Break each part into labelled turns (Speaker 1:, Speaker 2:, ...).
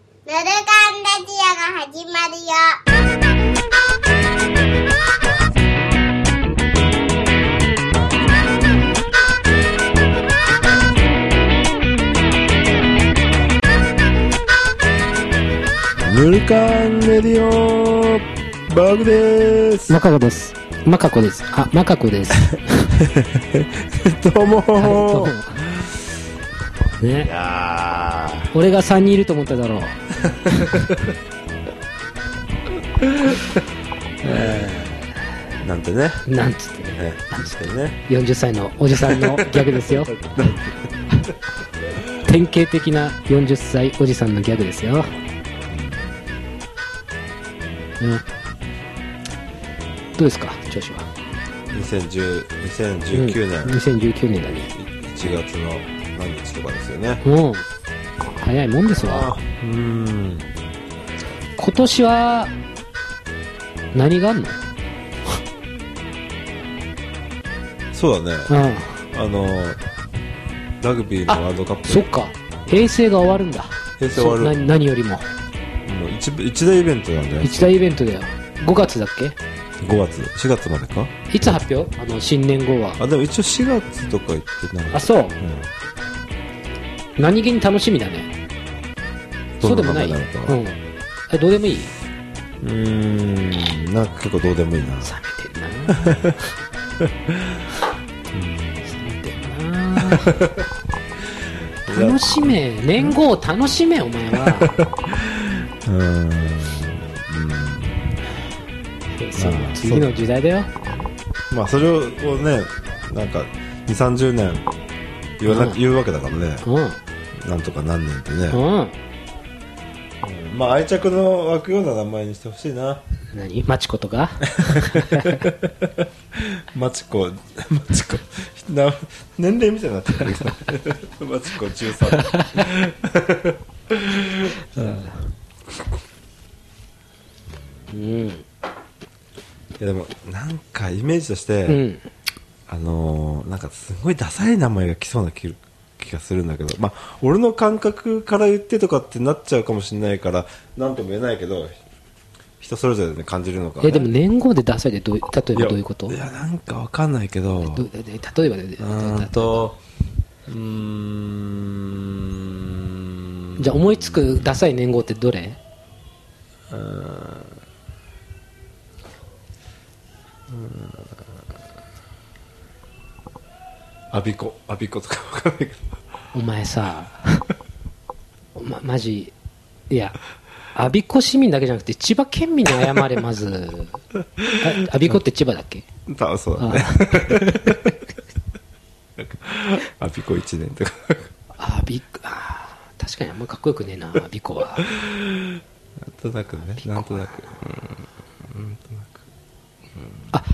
Speaker 1: ぬるかんラジオが始まるよ。
Speaker 2: ヌルカンレディオバグです
Speaker 3: マカコです。マカコです。あ、マカコです。
Speaker 2: どうも
Speaker 3: はいどうも
Speaker 2: ーい
Speaker 3: ね、
Speaker 2: や
Speaker 3: 俺が3人いると思っただろう。
Speaker 2: ーなんてね
Speaker 3: なんつってね。
Speaker 2: ね確かにね
Speaker 3: 40歳のおじさんのギャグですよ。典型的な40歳おじさんのギャグですよ。うん。どうですか調子は。
Speaker 2: 2010
Speaker 3: うん
Speaker 2: 2019年
Speaker 3: 2019年だね。
Speaker 2: 1月の何日とかですよね
Speaker 3: うん。早いもんです
Speaker 2: あう
Speaker 3: わ。
Speaker 2: ーん
Speaker 3: 今年は、何があんの
Speaker 2: そうだね
Speaker 3: うん。
Speaker 2: あのラグビーのワールドカップ
Speaker 3: そっか。平成が終わるんだ。
Speaker 2: 平成終わる
Speaker 3: そうな何よりも。
Speaker 2: もう一部一大イベントなんだよ
Speaker 3: 一大イベントだよ。5月だっけ
Speaker 2: 5月4月までか
Speaker 3: いつ発表あの、新年後は。
Speaker 2: あでも一応4月とか言ってなんか
Speaker 3: あ、そう。
Speaker 2: うん
Speaker 3: 何気に楽しみだね。そうでもない。
Speaker 2: ど
Speaker 3: うん
Speaker 2: な中なの
Speaker 3: ん。え、どうでもいい
Speaker 2: う
Speaker 3: 冷
Speaker 2: ーんなんか結構 どうでもいいな
Speaker 3: めてるな冷めてるな楽しめ。年号を楽しめ、お前 は。
Speaker 2: うーん
Speaker 3: 平成の次の時代だよ。
Speaker 2: まあそれをねなんか2三3 0年言わな、
Speaker 3: うん
Speaker 2: 言うわけだからね
Speaker 3: うん。
Speaker 2: なんとか何年ってね、
Speaker 3: うん。
Speaker 2: まあ愛着の湧くような名前にしてほしいな
Speaker 3: 何マチコとか
Speaker 2: マチコ マチコな年齢みたいになってるけどマチコ13
Speaker 3: うん。
Speaker 2: いやでもなんかイメージとして、
Speaker 3: うん。
Speaker 2: あのーなんかすごいダサい名前が来そうな気気がするんだけど、まあ、俺の感覚から言ってとかってなっちゃうかもしれないから何とも言えないけど人それぞれで感じるのか、ね、
Speaker 3: え、でも年号でダサいでどうい、例えばどういうこと
Speaker 2: いやなんかわかんないけど
Speaker 3: どえ例えばね、
Speaker 2: うーんとうーん
Speaker 3: じゃあ思いつくダサい年号ってどれ
Speaker 2: アビコアビコとかわかんないけど
Speaker 3: お 前さま、マジいや我孫子市民だけじゃなくて千葉県民に謝れ まずあ我孫子って千葉だっけ
Speaker 2: 多分そうだね アビコ1年とか
Speaker 3: あびあー確かにあんまかっこよくねえな我孫 子
Speaker 2: な
Speaker 3: は
Speaker 2: んとなくねなんとなく
Speaker 3: あ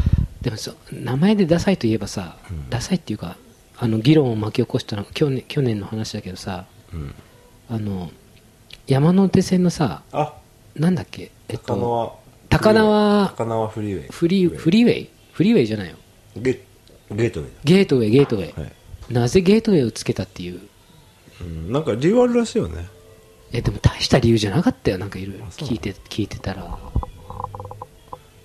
Speaker 3: でもそう名前でダサいといえばさ、ダサいっていうかあの議論を巻き起こしたの去年去年の話だけどさ、あの山手線のさ
Speaker 2: あ
Speaker 3: なんだっけえっ
Speaker 2: 高輪
Speaker 3: と高輪
Speaker 2: 高輪フリーウェイ
Speaker 3: フリーフリーウェイフリーウェイじゃないよ
Speaker 2: ゲゲートウェイだ
Speaker 3: ゲートウェイゲートウェイ、
Speaker 2: はい
Speaker 3: なぜゲートウェイをつけたっていう
Speaker 2: うんなんか理由あるらしいよね
Speaker 3: えでも大した理由じゃなかったよなんかいろいろ
Speaker 2: あそう
Speaker 3: 聞いて聞いてたら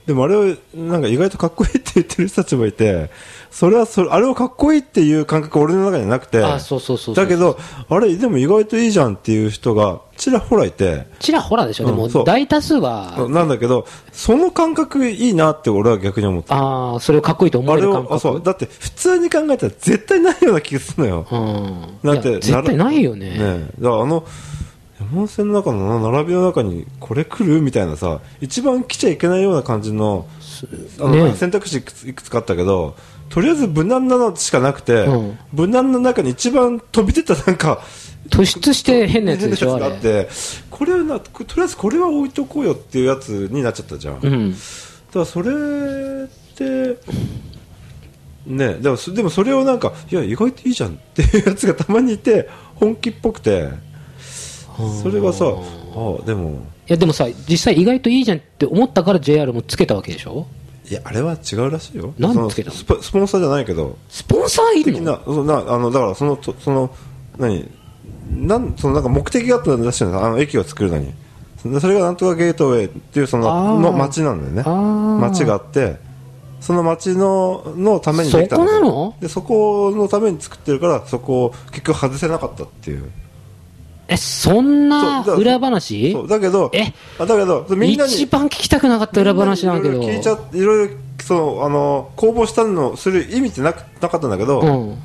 Speaker 2: でもあれをなんか意外とかっこいいって言ってる人たちもいてそれはそれあれをかっこいいっていう感覚俺の中にはなくて
Speaker 3: あそうそうそうそう
Speaker 2: だけどあれでも意外といいじゃんっていう人がちらほらいて
Speaker 3: ちらほらでしょ、
Speaker 2: うん
Speaker 3: で
Speaker 2: そう
Speaker 3: も大多数は、
Speaker 2: なんだけどその感覚いいなって俺は逆に思った
Speaker 3: ああそれをかっこいいと思
Speaker 2: あ
Speaker 3: え
Speaker 2: れ
Speaker 3: る感
Speaker 2: を
Speaker 3: 覚
Speaker 2: あそうだって普通に考えたら絶対ないような気がするのよ
Speaker 3: うん、
Speaker 2: だっ
Speaker 3: い
Speaker 2: て
Speaker 3: や絶対ないよね
Speaker 2: ねえだからあの山手線の中のな並びの中にこれ来るみたいなさ一番来ちゃいけないような感じのあの、
Speaker 3: ね
Speaker 2: 選択肢いくついくつかあったけどとりあえず無難なのしかなくて、
Speaker 3: うん
Speaker 2: 無難の中に一番飛び出たなんか
Speaker 3: 突出して変なやつでしょあ
Speaker 2: 変なやつがあっ
Speaker 3: れ
Speaker 2: てこれはなとりあえずこれは置いとこうよっていうやつになっちゃったじゃん、
Speaker 3: う
Speaker 2: だか
Speaker 3: ん
Speaker 2: らそれってねでもそでもそれをなんかいや意外といいじゃんっていうやつがたまにいて本気っぽくてそれがさあでも
Speaker 3: いやでもさ実際意外といいじゃんって思ったから JR もつけたわけでしょ
Speaker 2: いやあれは違うらしいよ
Speaker 3: なん
Speaker 2: その
Speaker 3: つけたの
Speaker 2: スポスポンサーじゃないけど
Speaker 3: スポンサーいる
Speaker 2: 的
Speaker 3: の
Speaker 2: なそうなあのだからそのとその何なんそのなんか目的があったらしいんですあの駅を作るのにそそれがなんとかゲートウェイっていうそ
Speaker 3: あー
Speaker 2: のの町なんだよね
Speaker 3: あー
Speaker 2: 町があってその町ののためにできたんですよ
Speaker 3: そこなの
Speaker 2: でそこのために作ってるからそこを結局外せなかったっていう
Speaker 3: えそんな
Speaker 2: そうだ
Speaker 3: 裏話
Speaker 2: そうだけど
Speaker 3: え
Speaker 2: あだけどみんなに
Speaker 3: 一番聞きたくなかった裏話なんだけど
Speaker 2: みなにいろいろ聞いちゃっていろいろそのあの公募したのする意味ってなくなかったんだけど、
Speaker 3: うん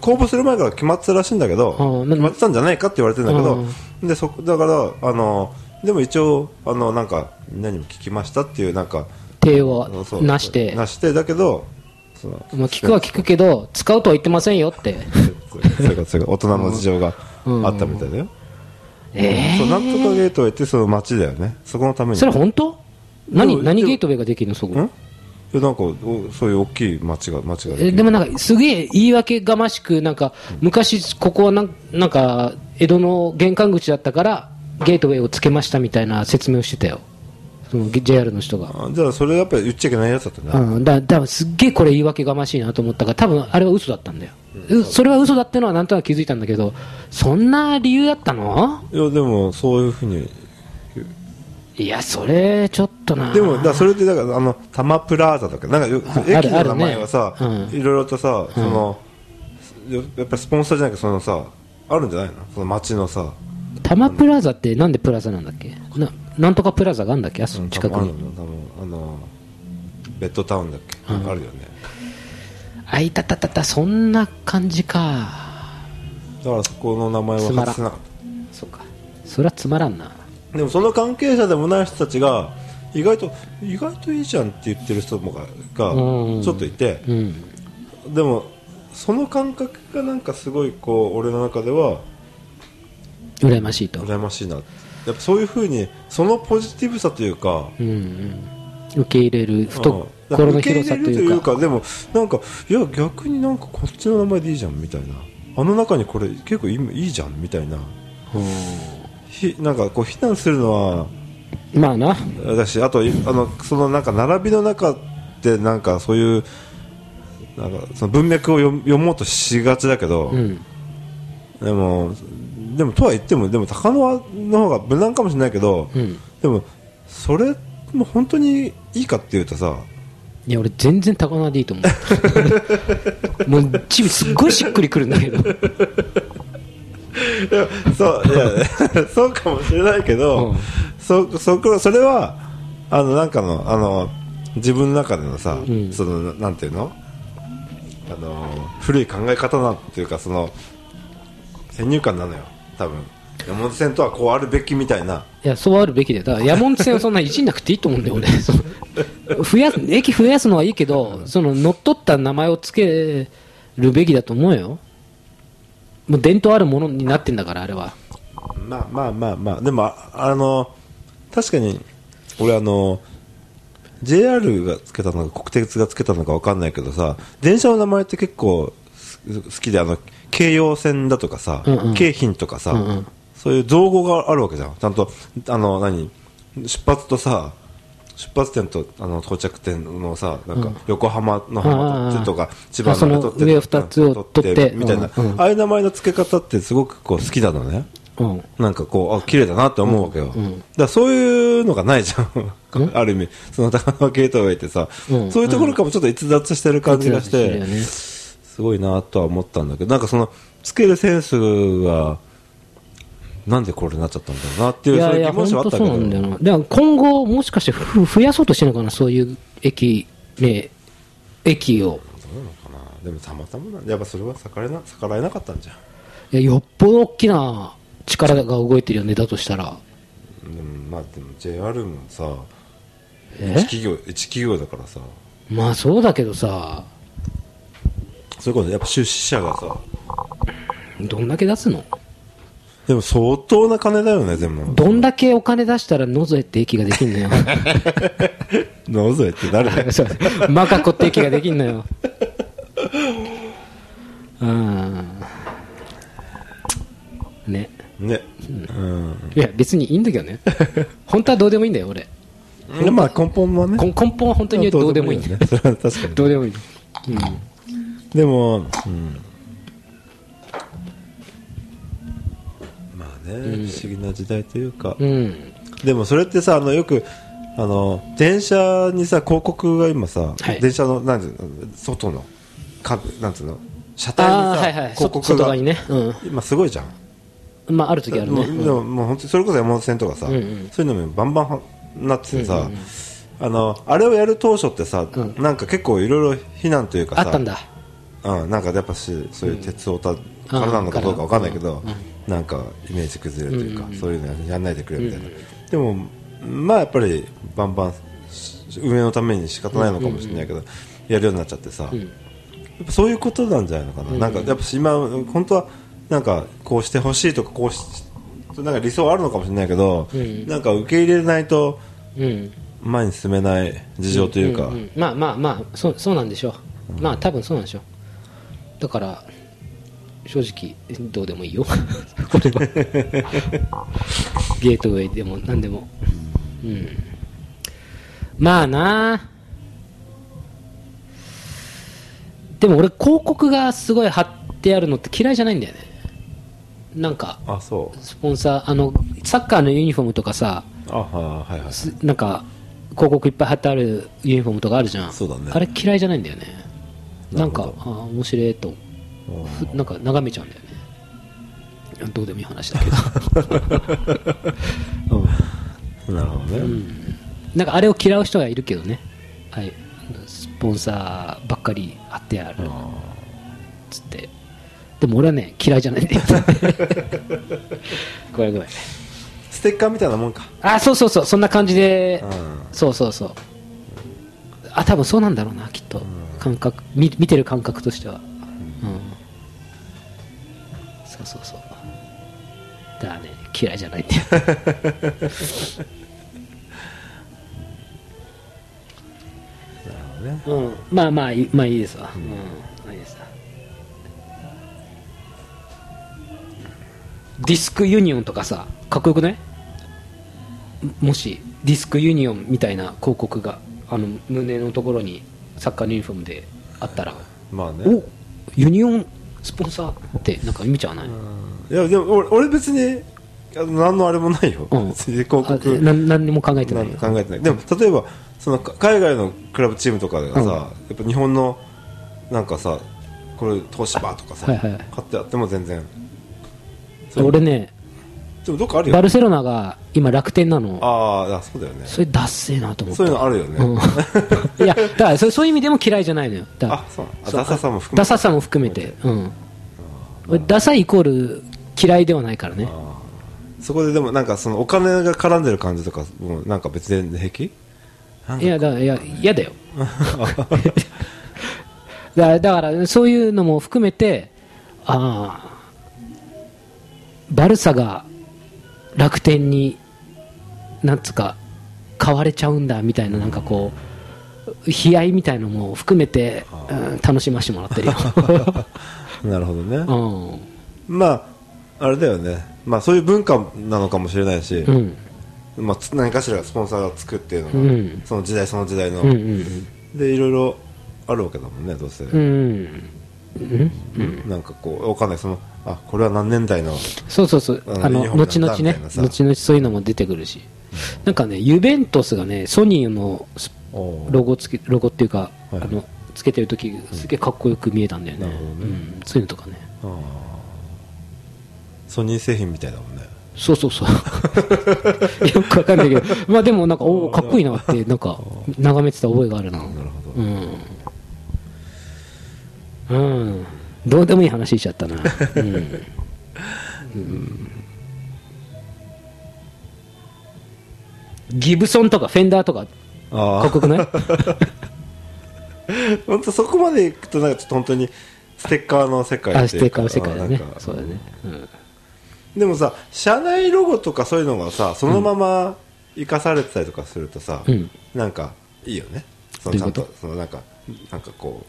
Speaker 2: 公募する前から決まってたらしいんだけど、
Speaker 3: うん
Speaker 2: 決まってたんじゃないかって言われてんだけど、でそこだからあのでも一応あのなんかみんなにも聞きましたっていうなんか
Speaker 3: 手
Speaker 2: あの
Speaker 3: を
Speaker 2: そう
Speaker 3: なして
Speaker 2: なしてだけどその
Speaker 3: まあ、聞くは聞くけど使うとは言ってませんよって
Speaker 2: そういうそういうそういう大人の事情があったみたいだよ、
Speaker 3: え
Speaker 2: そうなんとか
Speaker 3: ー、
Speaker 2: ゲートウェイってその街だよねそこのために
Speaker 3: それ本当
Speaker 2: で
Speaker 3: 何
Speaker 2: も
Speaker 3: 何
Speaker 2: でも
Speaker 3: ゲートウェイができるのそこ
Speaker 2: んいやなんかおそういう大きい街が街ができ
Speaker 3: え
Speaker 2: る
Speaker 3: でもなんかすげえ言い訳がましくなんか昔ここはなんなんか江戸の玄関口だったからゲートウェイをつけましたみたいな説明をしてたよその JR の人が
Speaker 2: あじゃあそれやっぱり言っちゃいけないやつだったね、
Speaker 3: うん、だだからすっげえこれ言い訳がましいなと思ったから多分あれは嘘だったんだよ、うそれは嘘だってのはなんとなく気づいたんだけどそんな理由だったの
Speaker 2: いやでもそういうふうに
Speaker 3: いやそれちょっとな
Speaker 2: でもだからそれってだからあのタマプラーザとかなんかよ
Speaker 3: あ
Speaker 2: 駅
Speaker 3: るあ
Speaker 2: の名
Speaker 3: るね
Speaker 2: 前はさ、
Speaker 3: うん
Speaker 2: いろいろとさその、よやっぱりスポンサーじゃなくてそのさあるんじゃないのその街のさ
Speaker 3: 多摩プラザってなんでプラザなんだっけななんとかプラザがあるんだっけあそ近く
Speaker 2: ある
Speaker 3: に
Speaker 2: の多分あのベッドタウンだっけ、あるよね
Speaker 3: あいたたたたそんな感じか
Speaker 2: だからそこの名前
Speaker 3: つま
Speaker 2: は外
Speaker 3: ら
Speaker 2: せなかった
Speaker 3: そうかそれはつまらんな
Speaker 2: でもその関係者でもない人たちが意外と意外といいじゃんって言ってる人もがが
Speaker 3: うん
Speaker 2: ちょっといて、
Speaker 3: うん
Speaker 2: でもその感覚がなんかすごいこう俺の中では
Speaker 3: 羨ましいと
Speaker 2: 羨ましいなやっぱそういうふうにそのポジティブさというか
Speaker 3: うんうん受け入れる懐
Speaker 2: うん
Speaker 3: の広さと
Speaker 2: 受け入れる
Speaker 3: いうか
Speaker 2: でもなんかいや逆になんかこっちの名前でいいじゃんみたいなあの中にこれ結構いいいいじゃんみたいなひなんかこう非難するのは
Speaker 3: まあな
Speaker 2: だしあといあのそのなんか並びの中でなんかそういうなんかその文脈を読読もうとしがちだけど、
Speaker 3: うん
Speaker 2: でもでもとは言ってもでも高輪の方が無難かもしれないけど、
Speaker 3: うん
Speaker 2: でもそれも本当にいいかっていうとさ
Speaker 3: いや俺全然高輪でいいと思 うもうチビすっごいしっくりくるんだけど
Speaker 2: そういや そうかもしれないけど、
Speaker 3: うん
Speaker 2: そそこそれはあのなんかのあの自分の中でのさ、
Speaker 3: ん
Speaker 2: そのなんていうのあの古い考え方なんていうかその先入観なのよ多分山手線とはこうあるべきみたいない
Speaker 3: やそうあるべきでだから山手線はそんないじんなくていいと思うんだよ俺その増やす駅増やすのはいいけどその乗っ取った名前をつけるべきだと思うよもう伝統あるものになってんだからあれは
Speaker 2: まあまあまあまあでもああの確かに俺あの JR がつけたのか国鉄がつけたのかわかんないけどさ電車の名前って結構す好きであの京葉線だとかさ、
Speaker 3: うんうん
Speaker 2: 京浜とかさ、
Speaker 3: うんうん
Speaker 2: そういう造語があるわけじゃんちゃんとあの何出発とさ出発点とあの到着点のさなんか横浜の浜取ってとか、
Speaker 3: あー
Speaker 2: 千葉の取って
Speaker 3: あその上二つを取って
Speaker 2: みたいな、
Speaker 3: うんうん
Speaker 2: ああいう名前の付け方ってすごくこう好きなのね、
Speaker 3: うん
Speaker 2: なんかこう、あ、綺麗だなって思うわけよ。だからそういうのがないじゃん。 ある意味、その高輪ゲートウェイってさ、
Speaker 3: うん
Speaker 2: そういうところからもちょっと逸脱してる感じがし
Speaker 3: 逸脱してる
Speaker 2: て、
Speaker 3: よね
Speaker 2: すごいなとは思ったんだけど、なんかその、つけるセンスが、なんでこれになっちゃったんだろうなっていう、
Speaker 3: い
Speaker 2: そう
Speaker 3: や
Speaker 2: い
Speaker 3: いう
Speaker 2: 疑
Speaker 3: や
Speaker 2: 問
Speaker 3: 本
Speaker 2: 視はあっ
Speaker 3: 当
Speaker 2: た
Speaker 3: そ
Speaker 2: け
Speaker 3: う
Speaker 2: ど、
Speaker 3: なんだよなだから今後もしかしてふ増やそうとしてるのかなそういう駅ね駅を
Speaker 2: どうなのかなでもたまたまなんやっぱそれは逆らえな逆らえなかったんじゃん。
Speaker 3: いやよっぽど大きな力が動いてるよねだとしたら
Speaker 2: でも、まあでも JR もさ、
Speaker 3: え
Speaker 2: 一企業、一企業だからさ、
Speaker 3: まあそうだけどさ
Speaker 2: それこそやっぱ出資者がさ、
Speaker 3: どんだけ出すの
Speaker 2: でも相当な金だよね、でも。
Speaker 3: どんだけお金出したら野添って駅ができん のよ
Speaker 2: 野添って誰だよ
Speaker 3: そうマカコって駅ができんのようんね
Speaker 2: ね、うん
Speaker 3: いや別にいいんだけどね本当はどうでもいいんだよ俺
Speaker 2: でまあ根本はね
Speaker 3: こん根本は本当にどうでもいいんだよ
Speaker 2: ねそれは 確かに
Speaker 3: どうでもいい
Speaker 2: でも、うん、ね、
Speaker 3: うん
Speaker 2: 不思議な時代というか、
Speaker 3: うん
Speaker 2: でもそれってさあのよくあの電車にさ広告が今さ、
Speaker 3: はい
Speaker 2: 電車のなんていうの外のかなんつうの車体にさ
Speaker 3: あ、あーはいはい
Speaker 2: 広
Speaker 3: そ
Speaker 2: 告
Speaker 3: 外
Speaker 2: が、
Speaker 3: 側にね、う
Speaker 2: 今すごいじゃん
Speaker 3: ん、まあある時あるね、
Speaker 2: もうでももう本当にそれこそ山手線とかさ、
Speaker 3: うんうん
Speaker 2: そういうのもバンバンはなっててさ、あのあれをやる当初ってさ、
Speaker 3: うん
Speaker 2: なんか結構いろいろ非難というか
Speaker 3: あ
Speaker 2: さ
Speaker 3: ったんだ
Speaker 2: うん、なんかやっぱしそういう鉄オタからなのかどうかわかんないけど、なんかイメージ崩れるというか、そういうのやんないでくれみたいな、でもまあやっぱりバンバンし運営のために仕方ないのかもしれないけど、やるようになっちゃってさ、やっぱそういうことなんじゃないのかな、なんかやっぱし今本当はなんかこうしてほしいとかこうしなんか理想はあるのかもしれないけど、
Speaker 3: ん
Speaker 2: なんか受け入れないと
Speaker 3: うん
Speaker 2: 前に進めない事情というか、
Speaker 3: んんんまあまあまあそうそうなんでしょう、まあ多分そうなんでしょうだから正直どうでもいいよこれはゲートウェイでも何でもうんまあなでも俺広告がすごい貼ってあるのって嫌いじゃないんだよねなんか
Speaker 2: あそう
Speaker 3: スポンサーあのサッカーのユニフォームとかさ
Speaker 2: あははいはい
Speaker 3: すなんか広告いっぱい貼ってあるユニフォームとかあるじゃん
Speaker 2: そうだね
Speaker 3: あれ嫌いじゃないんだよね
Speaker 2: な
Speaker 3: な
Speaker 2: る
Speaker 3: ん
Speaker 2: ほど
Speaker 3: かあー面白いとふなんか眺めちゃうんだよねいやどうでもいい話だけ ど、うん
Speaker 2: なるほどね、
Speaker 3: なんかあれを嫌う人がいるけどね、はい、スポンサーばっかり貼ってあるつってでも俺はね嫌いじゃないんだよ ごめんごめん
Speaker 2: ステッカーみたいなもんか
Speaker 3: あそうそうそうそんな感じで、
Speaker 2: うん
Speaker 3: そうそうそうあ多分そうなんだろうなきっと、感覚見見てる感覚としては、うんそうそうそうだからね嫌いじゃないんだよ
Speaker 2: ね
Speaker 3: うん、まあまあいいまあいいですわ、うんまあいいですわディスクユニオンとかさかっこよくないもしディスクユニオンみたいな広告があの胸のところにサッカーのユニフォームであったら、
Speaker 2: まあね
Speaker 3: おユニオンスポンサーってなんか見ちゃわない、
Speaker 2: いやでも俺俺別にあの何のあれもないよ、
Speaker 3: うん
Speaker 2: 別に広告
Speaker 3: あなん何にも考えてな
Speaker 2: ないん
Speaker 3: よ
Speaker 2: か考えてないでも例えばそのか海外のクラブチームとかがさ、
Speaker 3: うん
Speaker 2: やっぱ日本のなんかさこれ東芝とかさ、
Speaker 3: はいはい
Speaker 2: 買ってあっても全然
Speaker 3: で俺ね
Speaker 2: でもどっかある
Speaker 3: バ
Speaker 2: よ
Speaker 3: ルセロナが今楽天なの
Speaker 2: あーあそうだよね
Speaker 3: それダッセーなと思った
Speaker 2: そういうのあるよね、
Speaker 3: うんいやだからそそういう意味でも嫌いじゃないのよだから
Speaker 2: あそうあダサさも含めて
Speaker 3: ダサさも含めて、うん、俺ダサいイコール嫌いではないからね
Speaker 2: そこででもなんかそのお金が絡んでる感じとかもうなんか別で平気なんか
Speaker 3: いやだからいや 嫌だよだからだからそういうのも含めてああバルサが楽天になんつうか買われちゃうんだみたいななんかこう悲哀みたいのも含めて、うん楽しませてもらっ てるよ、
Speaker 2: なるほどね、
Speaker 3: うん
Speaker 2: まああれだよね、まあ、そういう文化なのかもしれないし、
Speaker 3: うん
Speaker 2: まあ、つ何かしらスポンサーがつくっていうのが、
Speaker 3: うん
Speaker 2: その時代その時代の、
Speaker 3: うんうん
Speaker 2: でいろいろあるわけだもんねどうせ、
Speaker 3: うんうんうん
Speaker 2: なんかこうわかんないそのあこれは何年代の
Speaker 3: そうそうそう、
Speaker 2: うん
Speaker 3: あ
Speaker 2: ユニ
Speaker 3: の
Speaker 2: フォーム
Speaker 3: 後々
Speaker 2: なんだみ
Speaker 3: ね
Speaker 2: たいな、さ
Speaker 3: 後々そういうのも出てくるし、なんかね、ユベントスがね、ソニーのス
Speaker 2: おー
Speaker 3: ロゴつけロゴっていうか、
Speaker 2: はい
Speaker 3: あのつけてる時すげえかっこよく見えたんだよね、
Speaker 2: なるほどね
Speaker 3: うん、そういうのとかね、
Speaker 2: あーソニー製品みたいだもんね
Speaker 3: そうそうそう、 よくわかんないけど、まあでも、なんか、おお、かっこいいなって、なんか、眺めてた覚えがあるな、
Speaker 2: なるほど、
Speaker 3: うん、うん、どうでもいい話しち ゃったな、うん。ギブソンとかフェンダーとか
Speaker 2: あ
Speaker 3: かっこよくない
Speaker 2: あ 本当そこまでいくとなんかちょっと本当にステッカーの世界っていうか
Speaker 3: あステッカーの世界だね
Speaker 2: あーなんか
Speaker 3: そうだね、うん、
Speaker 2: でもさ社内ロゴとかそういうのがさそのまま生かされてたりとかするとさ、
Speaker 3: うん
Speaker 2: なんかいいよねそ
Speaker 3: ど
Speaker 2: の
Speaker 3: うい
Speaker 2: ちゃん
Speaker 3: うこと
Speaker 2: とそのなんかなんかこ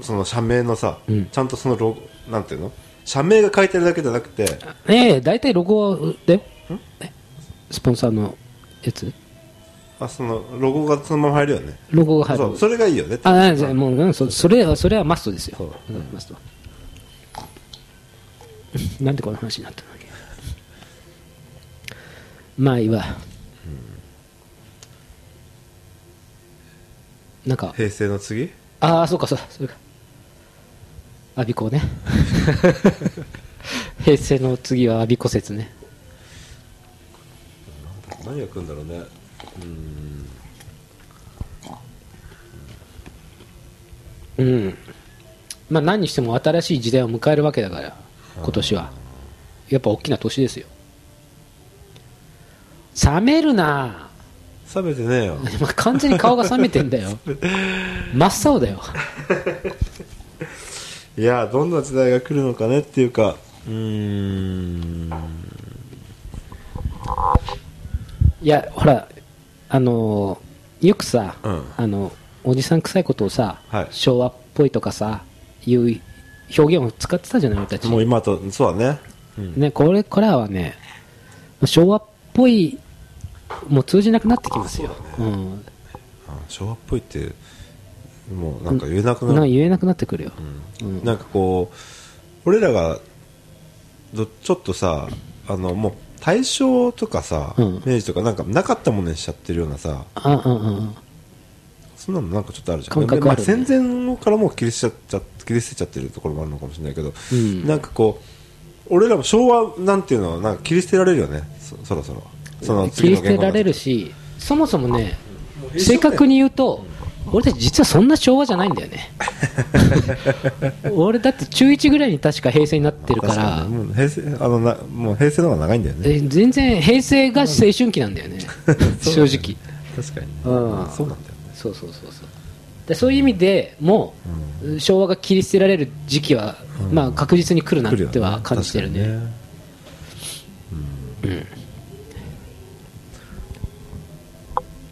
Speaker 2: うその社名のさ、
Speaker 3: うん
Speaker 2: ちゃんとそのロゴなんていうの社名が書いてるだけじゃなくて
Speaker 3: ええ大体ロゴでスポンサーのやつ
Speaker 2: あそのロゴがそのまま入るよね
Speaker 3: ロゴが入る
Speaker 2: そうそれがいいよね
Speaker 3: ああじゃあもう、うん、そそれはそれはマストですよ
Speaker 2: そう
Speaker 3: うんマスト なんでこの話になったんだっけまあいいわ、なんか
Speaker 2: 平成の次
Speaker 3: ああそうかそうかそれか我孫子ね 平成の次は我孫子説ね
Speaker 2: 何が来るんだろうねうーん
Speaker 3: うんまあ何にしても新しい時代を迎えるわけだから今年はやっぱ大きな年ですよ冷めるな
Speaker 2: 冷めてねえよ
Speaker 3: 今完全に顔が冷めてんだ よ真っ青だよ
Speaker 2: いやどんな時代が来るのかねっていうかうーん
Speaker 3: いやほらあのーよくさ、
Speaker 2: うん
Speaker 3: あのおじさん臭いことをさ、
Speaker 2: はい
Speaker 3: 昭和っぽいとかさいう表現を使ってたじゃない俺たち
Speaker 2: もう今とそうだね
Speaker 3: ね、これからはね昭和っぽいもう通じなくなってきますようん
Speaker 2: あ昭和っぽいってもうなんか言えなく
Speaker 3: なん
Speaker 2: な
Speaker 3: か
Speaker 2: る、
Speaker 3: 言えなくなってくるよ、うん
Speaker 2: なんかこう俺らがどちょっとさあのもう大正とかさ、
Speaker 3: うん
Speaker 2: 明治とかなんかなかったものにしちゃってるようなさ
Speaker 3: あうんうんうん
Speaker 2: そんなのなんかちょっとあるじゃん
Speaker 3: 感覚
Speaker 2: でま
Speaker 3: あるね
Speaker 2: 戦前からもう切り捨てちゃ切り捨てちゃってるところもあるのかもしれないけど、
Speaker 3: うん
Speaker 2: なんかこう俺らも昭和なんていうのはなんか切り捨てられるよねそそろそろその
Speaker 3: 切
Speaker 2: 次
Speaker 3: り
Speaker 2: の
Speaker 3: 捨て
Speaker 2: 言語
Speaker 3: ら
Speaker 2: の
Speaker 3: れるしそもそもね
Speaker 2: もう
Speaker 3: 正確に言うと俺たち実はそんな昭和じゃないんだよ ね俺だって中1ぐらいに確か平成になってるか
Speaker 2: 確
Speaker 3: ら
Speaker 2: かにもう平成あのなもう平成の方が長いんだよね
Speaker 3: え全然平成が青春期なんだ よね正直
Speaker 2: 確かにね
Speaker 3: うん
Speaker 2: そうなんだよね
Speaker 3: そうそうそうそうでそういう意味でもう、昭和が切り捨てられる時期は、まあ、確実に来るな
Speaker 2: 来るよ
Speaker 3: っては感じてるね
Speaker 2: 確かにね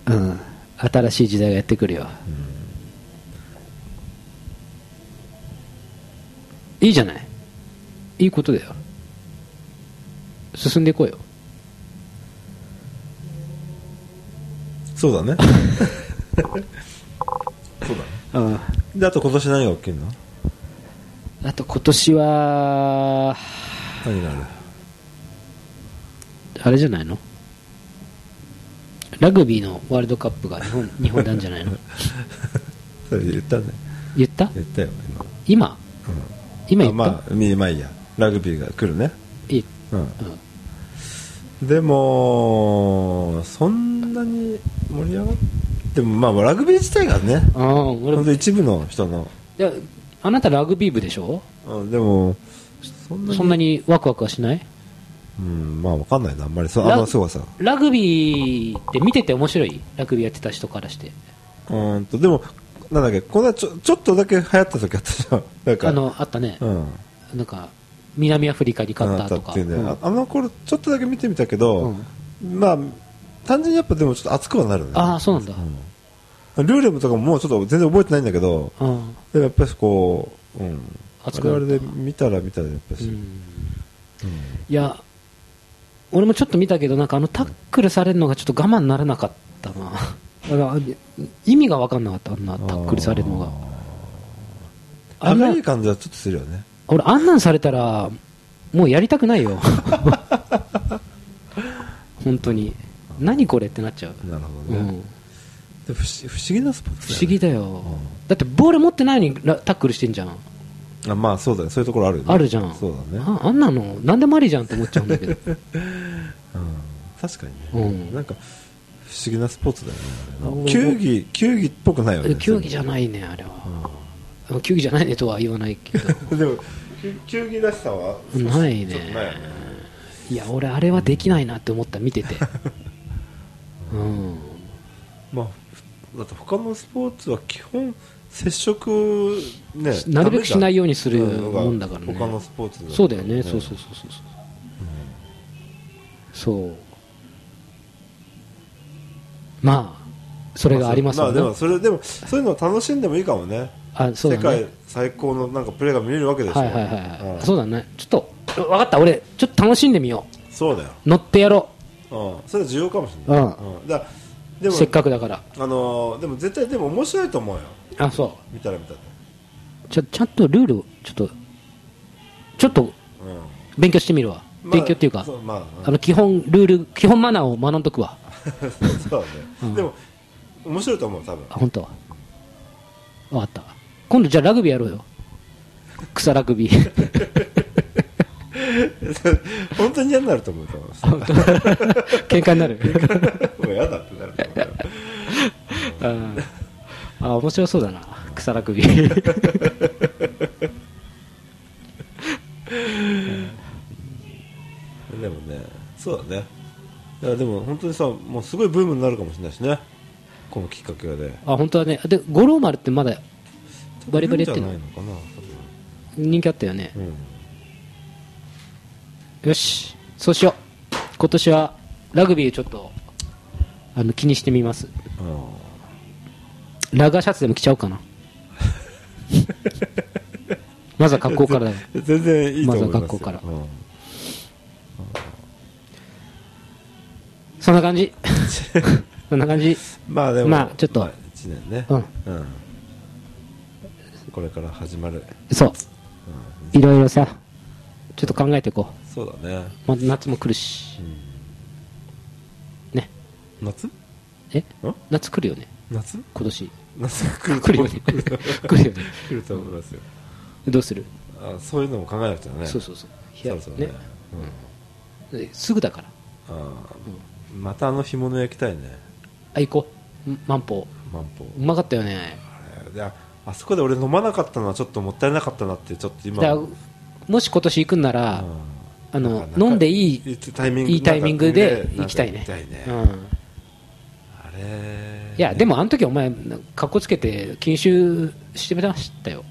Speaker 3: うん、新しい時代がやってくるよ、いいじゃないいいことだよ進んでいこうよ
Speaker 2: そうだね そうだねであと今年何が起きるの
Speaker 3: あと今年は
Speaker 2: 何がある
Speaker 3: あれじゃないのラグビーのワールドカップが 日本日本なんじゃないの
Speaker 2: それ言ったね
Speaker 3: 言った
Speaker 2: 言ったよ今
Speaker 3: 今今言った、
Speaker 2: まあみまあいいやラグビーが来るね
Speaker 3: いい
Speaker 2: うん
Speaker 3: うん
Speaker 2: でもそんなに盛り上がってもまあラグビー自体がね
Speaker 3: ああ
Speaker 2: 本
Speaker 3: 俺も
Speaker 2: 当一部の人の、
Speaker 3: いやあなたラグビー部でしょ
Speaker 2: うん、でもそんなに
Speaker 3: そんなにワクワクはしない
Speaker 2: うんまあわかんないなあんまりそ
Speaker 3: ラ
Speaker 2: あのすごさ
Speaker 3: ラグビーって見てて面白いラグビーやってた人からして
Speaker 2: うーんとでもなんだっけこんなちょちょっとだけ流行った時あったじゃん なんか
Speaker 3: あのあったね、
Speaker 2: うん
Speaker 3: なんか南アフリカに勝っ
Speaker 2: あ
Speaker 3: た
Speaker 2: った
Speaker 3: と
Speaker 2: っ
Speaker 3: か
Speaker 2: ていうね、
Speaker 3: うん
Speaker 2: ああの頃ちょっとだけ見てみたけど、まあ単純にやっぱでもちょっと熱くはなるね
Speaker 3: ああそうなんだ、
Speaker 2: ルールもとかももうちょっと全然覚えてないんだけど
Speaker 3: うん
Speaker 2: でもやっぱりこう、うん、
Speaker 3: 熱くな
Speaker 2: 我
Speaker 3: る
Speaker 2: 々で見たら見たらやっぱし、
Speaker 3: いや俺もちょっと見たけどなんかあのタックルされるのがちょっと我慢ならなかったなだから意味が分かんなかったあんなタックルされるのが
Speaker 2: あ
Speaker 3: あん
Speaker 2: んま
Speaker 3: な
Speaker 2: りいい感じはちょっとするよね
Speaker 3: 俺あんなんされたらもうやりたくない よ本当に何これってなっちゃう、
Speaker 2: なるほ
Speaker 3: う
Speaker 2: どね、
Speaker 3: ん、
Speaker 2: で不思不思議なスポーツ
Speaker 3: 不
Speaker 2: だよね
Speaker 3: 思議だよだってボール持ってないのにラタックルしてんじゃん
Speaker 2: あまあそうだねそういうところあるよね
Speaker 3: あるじゃん
Speaker 2: そうだね
Speaker 3: ああんなの何でもありじゃんって思っちゃうんだ けど
Speaker 2: 確かにね、
Speaker 3: うん
Speaker 2: なんか不思議なスポーツだよねあれ
Speaker 3: あ
Speaker 2: な
Speaker 3: の
Speaker 2: 球技球技っぽくないよね
Speaker 3: 球技じゃ
Speaker 2: い
Speaker 3: ないねあれは、球技じゃないねとは言わないけど
Speaker 2: でも球球技らしさは少し
Speaker 3: ない
Speaker 2: ち
Speaker 3: ね
Speaker 2: ょっとないよね
Speaker 3: いや俺あれはできないなって思った 見ててうん
Speaker 2: まあだって他のスポーツは基本接触ね
Speaker 3: なるべくしないように
Speaker 2: す
Speaker 3: するもんだからね
Speaker 2: 他のスポーツ
Speaker 3: そうだよね、そうそうそうそうそう、そうまあそ
Speaker 2: そ
Speaker 3: れがあります
Speaker 2: まあ
Speaker 3: よね、
Speaker 2: でもそれでもそういうのを楽しんでもいいかもね
Speaker 3: あそうだ
Speaker 2: 世
Speaker 3: ね
Speaker 2: 界最高のなんかプレーが見れるわけでしょ
Speaker 3: はいはいはい、はい
Speaker 2: うん
Speaker 3: そうだねちょっと分かった俺ちょっと楽しんでみよ
Speaker 2: そうだよ
Speaker 3: う乗ってやろ
Speaker 2: うんそれは重要かもしれない、
Speaker 3: うん
Speaker 2: うんだからで
Speaker 3: う
Speaker 2: も
Speaker 3: せっかくだから
Speaker 2: あのーでも絶対でも面白いと思うよ
Speaker 3: あそ
Speaker 2: 見たら見たら
Speaker 3: うちょちゃんとルールをちょっとちょっと
Speaker 2: う
Speaker 3: 勉強してみるわ、
Speaker 2: まあ
Speaker 3: 勉強っていうか、
Speaker 2: そうまあまあ
Speaker 3: あの基本ルール基本マナーを学んどくわ
Speaker 2: そうね、
Speaker 3: ん
Speaker 2: でも面白いと思う多分
Speaker 3: あ本当は分かった今度じゃあラグビーやろうよ草ラグビー
Speaker 2: 本当に嫌になると思う多分
Speaker 3: 喧嘩になる
Speaker 2: もう嫌だってなると思う多分
Speaker 3: うんあ面白そうだな草ラグビー
Speaker 2: でもね、そうだね。いやでも本当にさ、もうすごいブームになるかもしれないしね。このきっかけがね。
Speaker 3: あ本当はねで五郎丸ってまだバリバリやってん
Speaker 2: ブー
Speaker 3: の
Speaker 2: ムじゃないのか
Speaker 3: 人気あったよね
Speaker 2: な。うん。
Speaker 3: よしそうしよう今年はラグビーちょっとあの気にしてみます
Speaker 2: あ
Speaker 3: ラガーシャツでも着ちゃおうかな まずは格好からだよ
Speaker 2: あ全然いいと思いますよ。
Speaker 3: まずは学校から
Speaker 2: うん
Speaker 3: そんな感 じそんな感じ
Speaker 2: まあでも、
Speaker 3: まあちょっと
Speaker 2: 一年ね。
Speaker 3: うん
Speaker 2: うんこれから始まる。
Speaker 3: そういろいろさちょっと考えていこ
Speaker 2: そうだね。
Speaker 3: う、ま、夏も来るしね
Speaker 2: 夏ん
Speaker 3: え夏来るよね
Speaker 2: 夏
Speaker 3: 今年
Speaker 2: 夏が 来る
Speaker 3: 来
Speaker 2: と思う来
Speaker 3: るよね
Speaker 2: る
Speaker 3: 来るよね
Speaker 2: 来ると思いますよ。
Speaker 3: どうする、
Speaker 2: あそういうのも考えなくちゃね。
Speaker 3: そうそうそういや
Speaker 2: そうそうね。
Speaker 3: ねですぐだから
Speaker 2: うんあーまたあの干物焼きたいね。
Speaker 3: あ行こうマンポ
Speaker 2: 万歩。
Speaker 3: うまかったよね
Speaker 2: でああそこで俺飲まなかったのはちょっともったいなかったなってちょっと今
Speaker 3: だからもし今年行くんな
Speaker 2: う
Speaker 3: ら、
Speaker 2: ん
Speaker 3: あの
Speaker 2: なんか
Speaker 3: 飲んでいい
Speaker 2: いつタイミング
Speaker 3: いいタイミングで
Speaker 2: なんか
Speaker 3: 行きたいね
Speaker 2: 行きたいね
Speaker 3: うん、
Speaker 2: あれ
Speaker 3: いやでもあの時お前かっこつけて禁酒してましたよ
Speaker 2: ん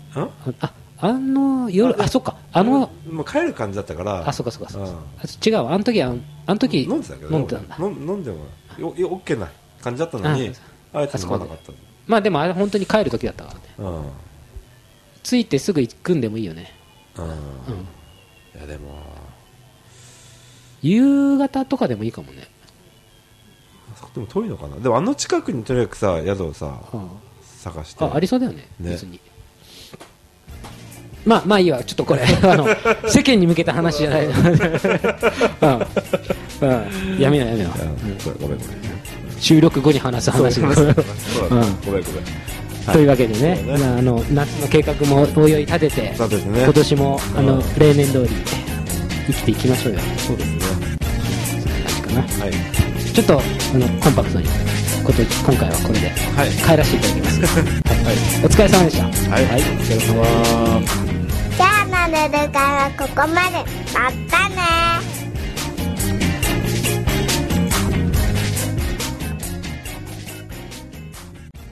Speaker 3: ああの夜あそっかあの
Speaker 2: もう帰る感じだったから
Speaker 3: あそっかそっかそっか
Speaker 2: うん
Speaker 3: あ違うわあの時あんあの時
Speaker 2: 飲んでたけどね
Speaker 3: 飲んでたんだ
Speaker 2: 俺飲飲んでもよよオッケーな感じだったのにあえて飲まなかった
Speaker 3: まあでもあれ本当に帰る時だったからね
Speaker 2: うんうん
Speaker 3: 着いてすぐ行くんでもいいよねうん
Speaker 2: いやでも
Speaker 3: 夕方とかでもいいかもね、
Speaker 2: あそこでも遠いのかなでもあの近くにとにかくさ宿をさ
Speaker 3: うん
Speaker 2: 探して
Speaker 3: あありそうだよね
Speaker 2: ね
Speaker 3: 別にまあまあいいわちょっとこれ あの世間に向けた話じゃないう ん、うん、やめようやめよ
Speaker 2: う
Speaker 3: う
Speaker 2: んごめんごめん
Speaker 3: 収録後に話す話で
Speaker 2: そ
Speaker 3: す
Speaker 2: うそうだねごめんごめん
Speaker 3: というわけでね、
Speaker 2: そうだね
Speaker 3: まああの夏の計画もおいおい立てて、
Speaker 2: 立ててね
Speaker 3: 今年もあ
Speaker 2: う
Speaker 3: の
Speaker 2: ん
Speaker 3: 例年通り生きていきましょうよ、
Speaker 2: そうですね
Speaker 3: そんな感じか
Speaker 2: はい
Speaker 3: な、ちょっとあのコンパクトにこと、今回はこれで
Speaker 2: はい
Speaker 3: 帰らせていただきます。
Speaker 2: はい
Speaker 3: お疲れ様でした。
Speaker 2: はい
Speaker 3: お疲れ様。
Speaker 1: 今日のルールからここまで。またね